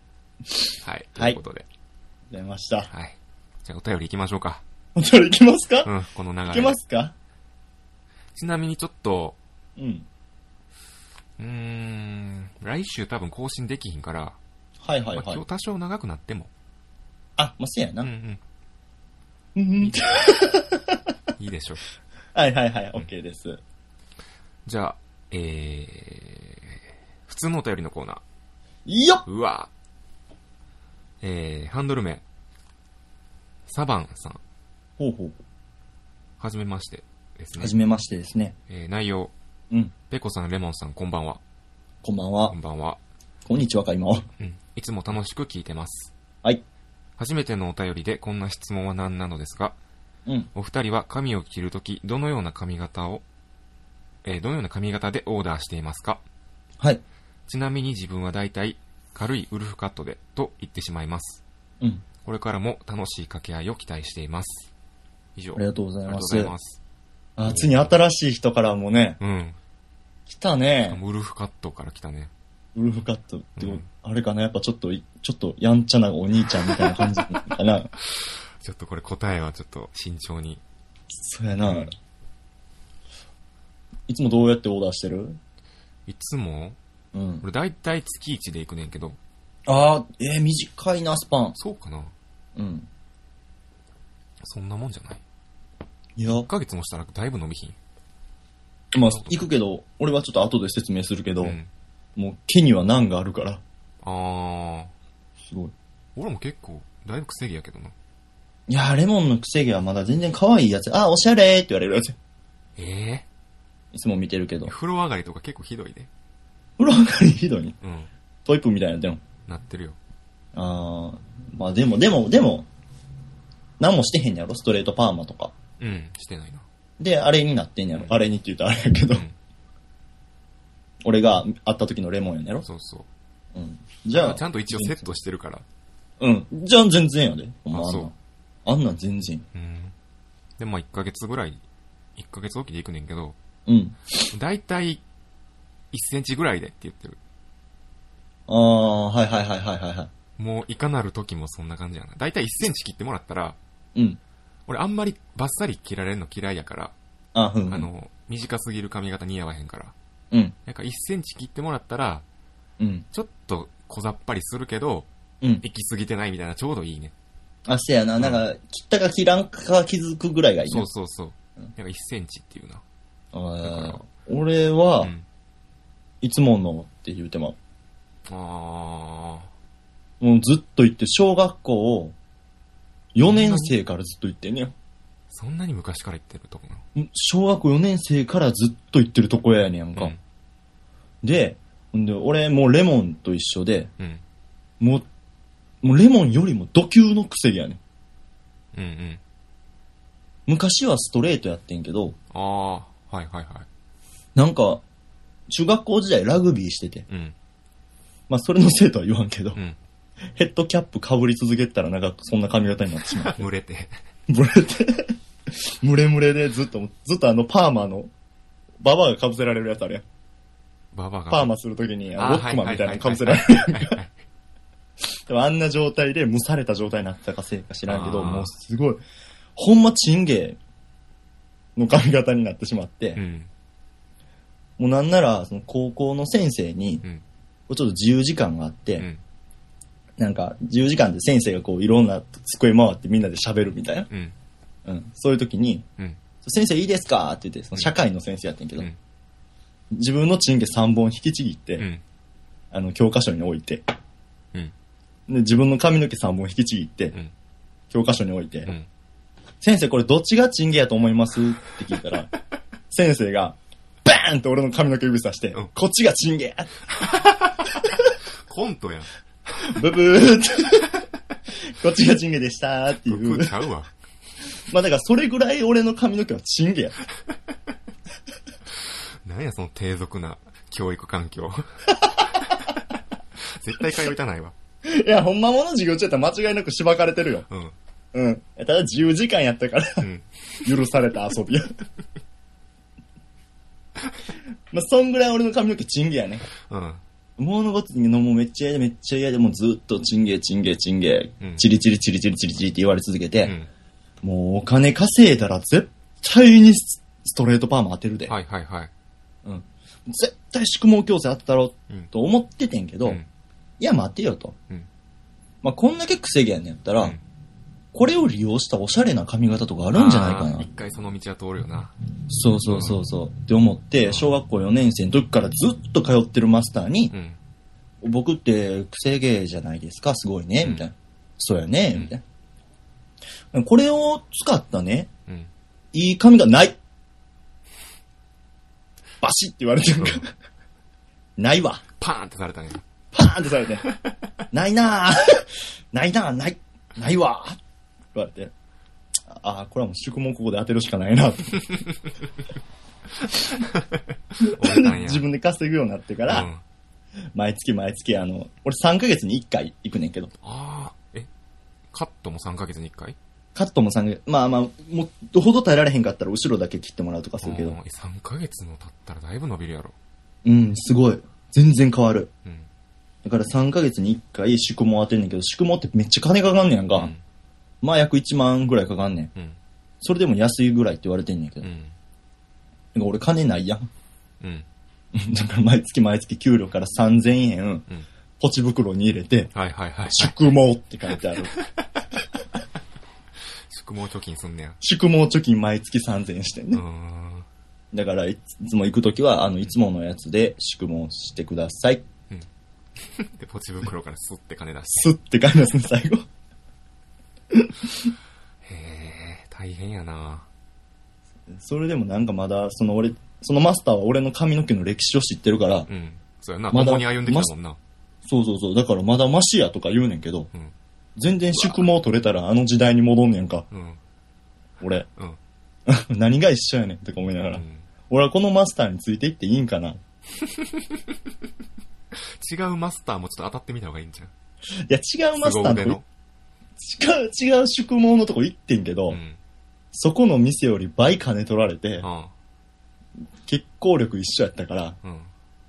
Speaker 1: はい。と
Speaker 2: はいいう
Speaker 1: ことで。
Speaker 2: ございました。
Speaker 1: はい。じゃあお便り行きましょうか。
Speaker 2: 本当に行きますか、
Speaker 1: う
Speaker 2: 行
Speaker 1: ん、この流れ。
Speaker 2: けますか
Speaker 1: ちなみにちょっと、
Speaker 2: うん。
Speaker 1: うーん、来週多分更新できひんから、
Speaker 2: はいはい
Speaker 1: まあ
Speaker 2: は
Speaker 1: 今日
Speaker 2: い。
Speaker 1: 多少長くなっても、
Speaker 2: あ、まあ、せやな。
Speaker 1: う
Speaker 2: うん、
Speaker 1: うんん、
Speaker 2: うん。
Speaker 1: いいでしょう。
Speaker 2: はいはいはい、OK です。
Speaker 1: じゃあ、えー、普通のお便りのコーナー。
Speaker 2: いいよ
Speaker 1: うわえー、ハンドル名。サバンさん。
Speaker 2: ほうほう。
Speaker 1: はじめましてですね
Speaker 2: は。じめましてですね。
Speaker 1: えー、内容。
Speaker 2: うん。
Speaker 1: ペコさん、レモンさん、こんばんは。
Speaker 2: こんばんは
Speaker 1: こん。ばんは。
Speaker 2: こんにちはか、今は。
Speaker 1: うん。いつも楽しく聞いてます。
Speaker 2: はい。
Speaker 1: 初めてのお便りでこんな質問は何なのですが、
Speaker 2: うん。
Speaker 1: お二人は髪を切るとき、どのような髪型を、えーどのような髪型でオーダーしていますか
Speaker 2: はい。
Speaker 1: ちなみに自分は大体、軽いウルフカットで、と言ってしまいます。
Speaker 2: うん。
Speaker 1: これからも楽しい掛け合いを期待しています。以上。
Speaker 2: ありがとうございます。あ
Speaker 1: す。
Speaker 2: ついに新しい人からもね、
Speaker 1: うん。
Speaker 2: 来たね。
Speaker 1: ウルフカットから来たね。
Speaker 2: ウルフカットって、
Speaker 1: うん
Speaker 2: あれかな、やっぱちょっと、ちょっとやんちゃなお兄ちゃんみたいな感じかな。
Speaker 1: ちょっとこれ答えはちょっと慎重に。
Speaker 2: そうやな、
Speaker 1: うん
Speaker 2: いつもどうやってオーダーしてる
Speaker 1: いつも、
Speaker 2: うん。
Speaker 1: 俺大体月1で行くねんけど、
Speaker 2: ああ、えー、短いな、スパン。
Speaker 1: そうかな
Speaker 2: うん。
Speaker 1: そんなもんじゃない
Speaker 2: いや、
Speaker 1: 1ヶ月もしたらだいぶ伸びひん。
Speaker 2: まあ、行くけど、俺はちょっと後で説明するけど、
Speaker 1: うん。
Speaker 2: もう毛には難があるから。
Speaker 1: あー。
Speaker 2: すごい。
Speaker 1: 俺も結構、だいぶ癖毛やけどな。
Speaker 2: いやー、レモンの癖毛はまだ全然可愛いやつ。あー、おしゃれーって言われるやつ。
Speaker 1: え
Speaker 2: いつも見てるけど
Speaker 1: え。風呂上がりとか結構ひどいで。
Speaker 2: 風呂上がりひどいね。
Speaker 1: うん。
Speaker 2: トイプみたいな、でも。
Speaker 1: なってるよ。
Speaker 2: あー、まあでも、でも、でも、何もしてへんやろストレートパーマとか。
Speaker 1: うん。してないな。
Speaker 2: で、あれになってんやろあれにって言うとあれやけど。
Speaker 1: うん。
Speaker 2: 俺が会った時のレモンやねろ
Speaker 1: そうそう。
Speaker 2: うん。じゃあ。
Speaker 1: ちゃんと一応セットしてるから。
Speaker 2: うん。じゃあ全然やで。ほんま
Speaker 1: あ
Speaker 2: あん
Speaker 1: そ
Speaker 2: な。
Speaker 1: うん
Speaker 2: あんなん全然。
Speaker 1: うん。で、まあ1ヶ月ぐらい、1ヶ月おきで行くねんけど、
Speaker 2: うん。
Speaker 1: だいたい1センチぐらいでって言ってる。
Speaker 2: ああ、はいはいはいはいはいは
Speaker 1: もういかなる時もそんな感じやな。だいたい1センチ切ってもらったら、
Speaker 2: い。うん。
Speaker 1: 俺あんまりバッサリ切られるの嫌いやから、
Speaker 2: あ、うん。
Speaker 1: あ、の、短すぎる髪型似合わへんから。
Speaker 2: うん。
Speaker 1: なんか1センチ切ってもらったら、
Speaker 2: うん。
Speaker 1: ちょっと小ざっぱりするけど、
Speaker 2: うん。
Speaker 1: 行き過ぎてないみたいなちょうどいいね。
Speaker 2: あ、せやな。なんか、切ったか切らんか気づくぐらいがいい
Speaker 1: そ
Speaker 2: ね
Speaker 1: う。そうそう。
Speaker 2: うん
Speaker 1: なんか1センチっていうな。だ
Speaker 2: あ
Speaker 1: か
Speaker 2: ー俺は、
Speaker 1: うん。
Speaker 2: いつものって言うてま
Speaker 1: あ
Speaker 2: う。もうずっと言って、小学校4年生からずっと言ってんねん
Speaker 1: ー。そんなに昔から言ってるとこな。
Speaker 2: 小学校4年生からずっと言ってるとこやねんか。
Speaker 1: うん
Speaker 2: で、ほんで、俺もうレモンと一緒で、
Speaker 1: うん。
Speaker 2: もう、もうレモンよりも土級の癖やねん。
Speaker 1: うんうん。
Speaker 2: 昔はストレートやってんけど、
Speaker 1: ああ、はいはいは
Speaker 2: なんか、中学校時代ラグビーしてて、
Speaker 1: い。うん。
Speaker 2: まあそれのせいとは言わんけ
Speaker 1: う
Speaker 2: ど、
Speaker 1: ん。。
Speaker 2: ヘッドキャップ被り続けてたらなんかそんな髪型になってしまう
Speaker 1: 蒸れて。
Speaker 2: ブレて。ムレムレでずっと、ずっとあのパーマの、ババアが被せられるやつあるやん。
Speaker 1: ババアが。
Speaker 2: パーマするときに、あ
Speaker 1: あ
Speaker 2: の
Speaker 1: ー
Speaker 2: ロックマンみたいなの
Speaker 1: は
Speaker 2: 被
Speaker 1: は
Speaker 2: せ
Speaker 1: は
Speaker 2: ら
Speaker 1: い
Speaker 2: れ
Speaker 1: は
Speaker 2: る。
Speaker 1: いはいはい
Speaker 2: でもあんな状態で蒸された状態になってたかせいか知らんけど、
Speaker 1: あー
Speaker 2: もうすごい、ほんまチンゲの髪型になってしまって、
Speaker 1: うん。
Speaker 2: もうなんなら、その高校の先生に、
Speaker 1: うん
Speaker 2: こうちょっと自由時間があって、
Speaker 1: うん。
Speaker 2: なんか自由時間で先生がこういろんな机回ってみんなで喋るみたいな。
Speaker 1: うん。
Speaker 2: うん。そういう時に、
Speaker 1: うん。
Speaker 2: 先生いいですかって言って、その社会の先生やってんけど、
Speaker 1: うん
Speaker 2: 自分のチンゲ3本引きちぎって、
Speaker 1: うん。
Speaker 2: あの、教科書に置いて、
Speaker 1: うん。
Speaker 2: で、自分の髪の毛3本引きちぎって、
Speaker 1: うん
Speaker 2: 教科書に置いて、
Speaker 1: うん。
Speaker 2: 先生これどっちがチンゲやと思いますって聞いた ら、先生が、バーンって俺の髪の毛指さして、
Speaker 1: うん
Speaker 2: こっちがチンゲや
Speaker 1: コントやん。
Speaker 2: ブブーって、 こっちがチンゲでしたーってい
Speaker 1: ブ
Speaker 2: う
Speaker 1: ブ。ちゃうわ。
Speaker 2: まあだからそれぐらい俺の髪の毛はチンゲや。
Speaker 1: なんやその低俗な教育環 境。絶対通いたないわ。
Speaker 2: いや、ほんまもの授業中やったら間違いなくしばかれてるよ。
Speaker 1: うん。
Speaker 2: うん。ただ自由時間やったから、
Speaker 1: ん
Speaker 2: 許された遊 びや。まあ、そんぐらい俺の髪の毛チンゲやね。
Speaker 1: うん。
Speaker 2: 物事のもうめっちゃ嫌でめっちゃ嫌でもうずっとチンゲチンゲチンゲ
Speaker 1: うん、
Speaker 2: チリチリチリチリチリチリって言われ続け
Speaker 1: う
Speaker 2: て、
Speaker 1: ん。
Speaker 2: もうお金稼いだら絶対にストレートパーマ当てるで。
Speaker 1: はいはいはい。
Speaker 2: うん。絶対宿毛矯正あったろ
Speaker 1: うん。
Speaker 2: と思っててんけど、
Speaker 1: うん
Speaker 2: いや待てよと。
Speaker 1: うん
Speaker 2: まあ、こんだけ癖毛やねんやったら、
Speaker 1: うん
Speaker 2: これを利用したおしゃれな髪型とかあるんじゃないか
Speaker 1: あー
Speaker 2: な
Speaker 1: 一。回その道は通るよな。
Speaker 2: そうそうそうそう。って思って、小学校4年生の時からずっと通ってるマスターに
Speaker 1: う、ん。
Speaker 2: 僕って癖毛じゃないですか、すごいね、
Speaker 1: うん
Speaker 2: みたいな。そうやね
Speaker 1: う、ん
Speaker 2: みたいな。これを使ったね、
Speaker 1: うん。
Speaker 2: いい髪がないバシッって言われてるから。 ないわ。
Speaker 1: パーンってされ たんや。
Speaker 2: パーンってさ れて、ないなぁ、 ないなぁ、ない、ないわぁ、って言われて、ああ、これはもう宿毛ここで当てるしかないなって、
Speaker 1: 折れたんや。
Speaker 2: 自分で稼ぐようになってか、
Speaker 1: からうん、
Speaker 2: 毎月毎月、あの、俺3ヶ月に1回行くねんけど、
Speaker 1: あーえ、カットも3ヶ月に1回
Speaker 2: カットも3ヶ月、まあまあ、もう、ほど耐えられへんかったら後ろだけ切ってもらうとかするけ
Speaker 1: うん
Speaker 2: ど、
Speaker 1: え3ヶ月も経ったらだいぶ伸びるやろ。
Speaker 2: うん、すごい。全然変わる。
Speaker 1: うん。
Speaker 2: だから3ヶ月に1回宿毛当てんねんけど、宿毛ってめっちゃ金かかんねやんか。
Speaker 1: うん。
Speaker 2: まあ約1万ぐらいかかんねん。
Speaker 1: うん。
Speaker 2: それでも安いぐらいって言われてんねんけど。
Speaker 1: うん。
Speaker 2: なんか俺金ないやん。
Speaker 1: うん。
Speaker 2: だから毎月毎月給料から3000円
Speaker 1: うん、
Speaker 2: ポチ袋に入れて、
Speaker 1: はいはいはい。
Speaker 2: 宿毛って書い てある。
Speaker 1: 宿毛貯金すんねや。
Speaker 2: 宿毛貯金毎月3000円してん
Speaker 1: うー
Speaker 2: ね。
Speaker 1: ん。
Speaker 2: だからいつも行くときは、あの、いつものやつで宿毛してください。
Speaker 1: で、ポチ袋からスッて金出して。
Speaker 2: スッて書いてますね、最後。
Speaker 1: へえ、大変やな
Speaker 2: それでもなんかまだ、その俺、そのマスターは俺の髪の毛の歴史を知ってるから、
Speaker 1: うん。そうやな、
Speaker 2: まだ
Speaker 1: 共に歩んできたもんな。
Speaker 2: そうそうそう、だからまだマシやとか言うねんけど、
Speaker 1: うん
Speaker 2: 全然宿毛取れたらあの時代に戻んねんか、
Speaker 1: うん。
Speaker 2: 俺。
Speaker 1: うん。
Speaker 2: 何が一緒やねんって思いなが
Speaker 1: う
Speaker 2: ら。
Speaker 1: ん
Speaker 2: 俺はこのマスターについていっていいんかな
Speaker 1: 違うマスターもちょっと当たってみた方がいいんじゃん。
Speaker 2: いや、違うマスタ
Speaker 1: 凄
Speaker 2: ー
Speaker 1: 腕
Speaker 2: と
Speaker 1: の。
Speaker 2: 違う、違う宿毛のとこ行ってんけど、
Speaker 1: うん。
Speaker 2: そこの店より倍金取られて、
Speaker 1: あ
Speaker 2: 結構力一緒やったから、
Speaker 1: あ。うん。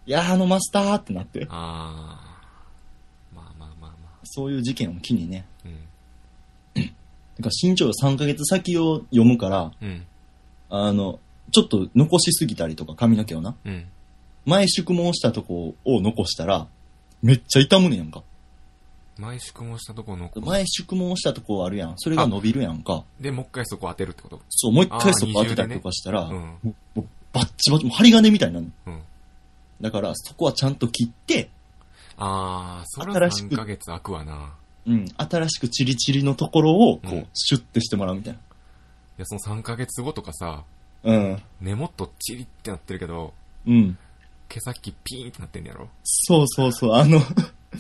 Speaker 2: いやーあのマスターってなって、
Speaker 1: ああ。まあまあまあま
Speaker 2: そういう事件を機にね。
Speaker 1: あ。うん。
Speaker 2: だから身長3ヶ月先を読むから、
Speaker 1: うん。
Speaker 2: あの、ちょっと残しすぎたりとか髪の毛をな、
Speaker 1: うん。
Speaker 2: 前宿毛したとこを残したら、めっちゃ痛むねやんか。
Speaker 1: 前宿毛したとこの、
Speaker 2: 前宿毛したとこあるやん。それが伸びるやんか。
Speaker 1: で、もう一回そこ当てるってこと
Speaker 2: そう、もう一
Speaker 1: あー
Speaker 2: 回そこ当てたりとかしたら、
Speaker 1: うん。
Speaker 2: もうバッチバチ、もう針金みたいになるの。
Speaker 1: うん。
Speaker 2: だから、そこはちゃんと切って、
Speaker 1: ああ、それは
Speaker 2: 新しく
Speaker 1: 3ヶ月空くわな。
Speaker 2: うん、新しくチリチリのところを、こ
Speaker 1: う、
Speaker 2: うんシュッてしてもらうみたい
Speaker 1: いや、その3ヶ月後とかさ、
Speaker 2: な。うん。
Speaker 1: 根元チリってなってるけど、
Speaker 2: うん。
Speaker 1: 毛先ピーンってなってんやろ
Speaker 2: そうそうそう、あの、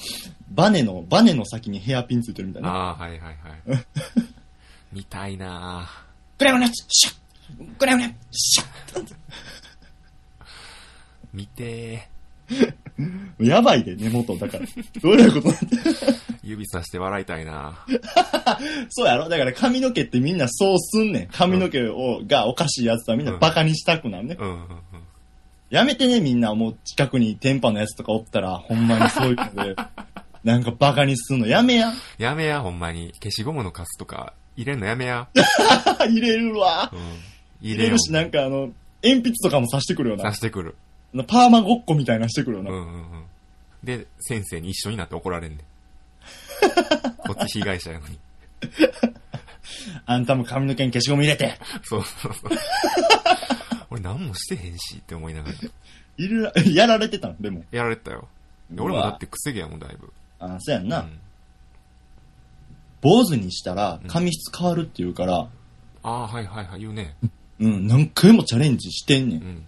Speaker 2: バネの、バネの先にヘアピンついてるみたいな。
Speaker 1: ああ、はいはいはい。見たいなあ
Speaker 2: グラグラシャッグラグラシャ
Speaker 1: 見て
Speaker 2: ッやばいで、根元だから。どういうことだって。
Speaker 1: ー。指さして笑いたいな。
Speaker 2: そうやろだから髪の毛ってみんなそうすんねん。髪の毛を、がおかしいやつはみんなバカにしたくなるね。
Speaker 1: うんうんうん。
Speaker 2: やめてね、みんな。もう近くに天パのやつとかおったら、ほんまにそういうの で、なんかバカにすんのやめや。
Speaker 1: やめや、ほんまに。消しゴムのカスとか入れんのやめや。
Speaker 2: 入れるわ
Speaker 1: う。ん。
Speaker 2: 入
Speaker 1: 入れ
Speaker 2: れ
Speaker 1: よ
Speaker 2: るし、なんかあの、鉛筆とかも刺してくるよな
Speaker 1: 刺。してくる。
Speaker 2: パーマごっこみたいなしてくる
Speaker 1: う
Speaker 2: よ
Speaker 1: ん
Speaker 2: な。
Speaker 1: うんうん。で、先生に一緒になって怒ら れんねん。こっち被害者やのに。
Speaker 2: あんたも髪の毛に消しゴム入れて。
Speaker 1: そう そうそう。俺何もしてへんしって思いながら。
Speaker 2: いる、 やられてたの、でも。
Speaker 1: やられてたよ。で俺もだってくせ毛やもん、だいぶ。
Speaker 2: あ、そうやんな。
Speaker 1: うん
Speaker 2: 坊主にしたら髪質変わるって言うから、
Speaker 1: ああ、はいはいはい、言うね。
Speaker 2: うん、何回もチャレンジしてんね。
Speaker 1: うんん。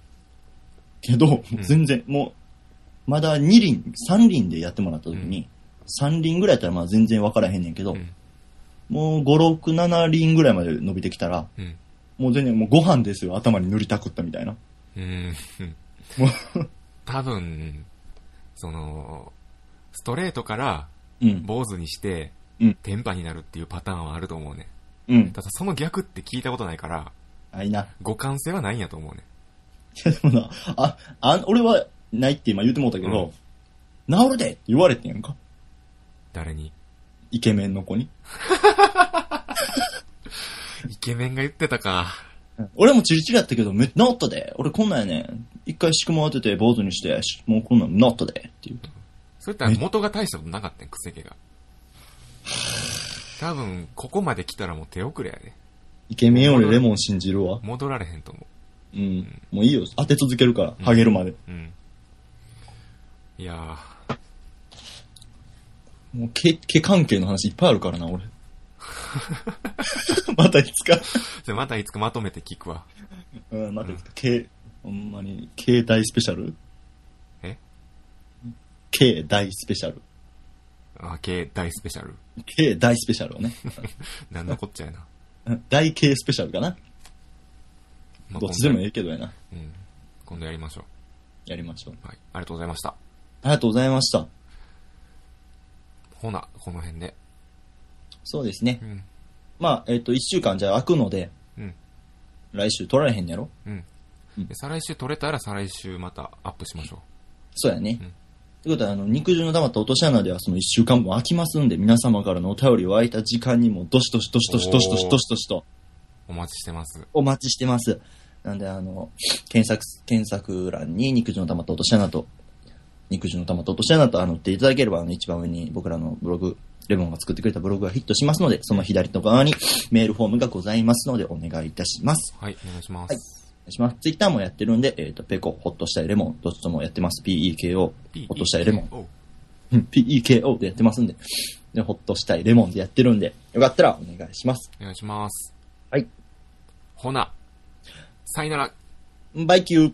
Speaker 2: けど、
Speaker 1: うん
Speaker 2: 全然、もう、まだ2輪、3輪でやってもらった時に、3輪ぐらいやったらまあ全然分からへんねんけど、
Speaker 1: うん
Speaker 2: もう5、6、7輪ぐらいまで伸びてきたら、
Speaker 1: うん。
Speaker 2: もう全然もうご飯ですよ、頭に塗りたくったみたいな。
Speaker 1: うん。
Speaker 2: も
Speaker 1: 多分、その、ストレートから
Speaker 2: う、うん、
Speaker 1: 坊主にして
Speaker 2: うん、
Speaker 1: テンパになるっていうパターンはあると思うね。
Speaker 2: うん。
Speaker 1: ただその逆って聞いたことないから、
Speaker 2: あ、いいな。い
Speaker 1: 互換性はないんやと思うね。
Speaker 2: や、でもな、 あ、あ、俺はないって今言うてもうたけど、治るでって言われてんやんか。
Speaker 1: 誰に。
Speaker 2: イケメンの子に。
Speaker 1: イケメンが言ってたか。
Speaker 2: 俺もチリチリやったけど、め治ったで。俺こんなんやねん。一回宿毛当てて坊主にして、しもうこんなん治ったで。って言う。
Speaker 1: それってあの元が大したことなかったん、くせ毛が。多分、ここまで来たらもう手遅れやで。
Speaker 2: イケメンよりレモン信じるわ。
Speaker 1: 戻られへんと思
Speaker 2: うん。もういいよ。当て続けるから。ハゲるまで。
Speaker 1: う。うん。いや
Speaker 2: もう毛、毛関係の話いっぱいあるからな、 俺。またいつか。
Speaker 1: ー、じゃあまたいつかまとめて聞くわ。
Speaker 2: うん、またいつか。毛、ほんまに、携帯スペシャル
Speaker 1: え
Speaker 2: 携帯スペシャル。
Speaker 1: あ、系大スペシャル。
Speaker 2: 携帯スペシャルはね。
Speaker 1: なんのこっちゃやな。
Speaker 2: うん大系スペシャルかな。
Speaker 1: まあ
Speaker 2: どっちでも
Speaker 1: 今
Speaker 2: いいけどやな。
Speaker 1: 度うん。今度やりましょ
Speaker 2: やりましょう。
Speaker 1: う。はい。ありがとうございました。
Speaker 2: ありがとうございました。
Speaker 1: ほな、この辺で。
Speaker 2: そうですね
Speaker 1: う。ん。
Speaker 2: まあ、えっ、と、一週間じゃあ空くので、
Speaker 1: うん。
Speaker 2: 来週取られへんやろ
Speaker 1: うん。
Speaker 2: うん
Speaker 1: で再来週撮れたら再来週またアップしましょ
Speaker 2: そうやね。
Speaker 1: うん
Speaker 2: ということは、あの、肉汁の溜まった落とし穴では、その一週間も空きますんで、皆様からのお便りを空いた時間にも、どしどしどしどしどしどしどしどしと
Speaker 1: う。お待ちしてます。
Speaker 2: お待ちしてます。なんで、あの、検索、検索欄に肉汁の溜まった落とし穴と、肉汁の溜まった落とし穴と、あの、打っていただければ、あの、一番上に僕らのブログ、レモンが作ってくれたブログがヒットしますので、その左の側にメールフォームがございますので、お願いいたします。
Speaker 1: はい、お願いします。
Speaker 2: お願いします。ツイッターもやってるんで、えっ、と、ペコ、ホッとしたいレモン、どっちともやってます。PEKO、
Speaker 1: P
Speaker 2: 落としたいレモン。
Speaker 1: おう
Speaker 2: うん PEKO でやってますんで、でホッとしたいレモンでやってるんで、よかったらお願いします。
Speaker 1: お願いします。
Speaker 2: はい。
Speaker 1: ほな、さよなら。
Speaker 2: バイキュー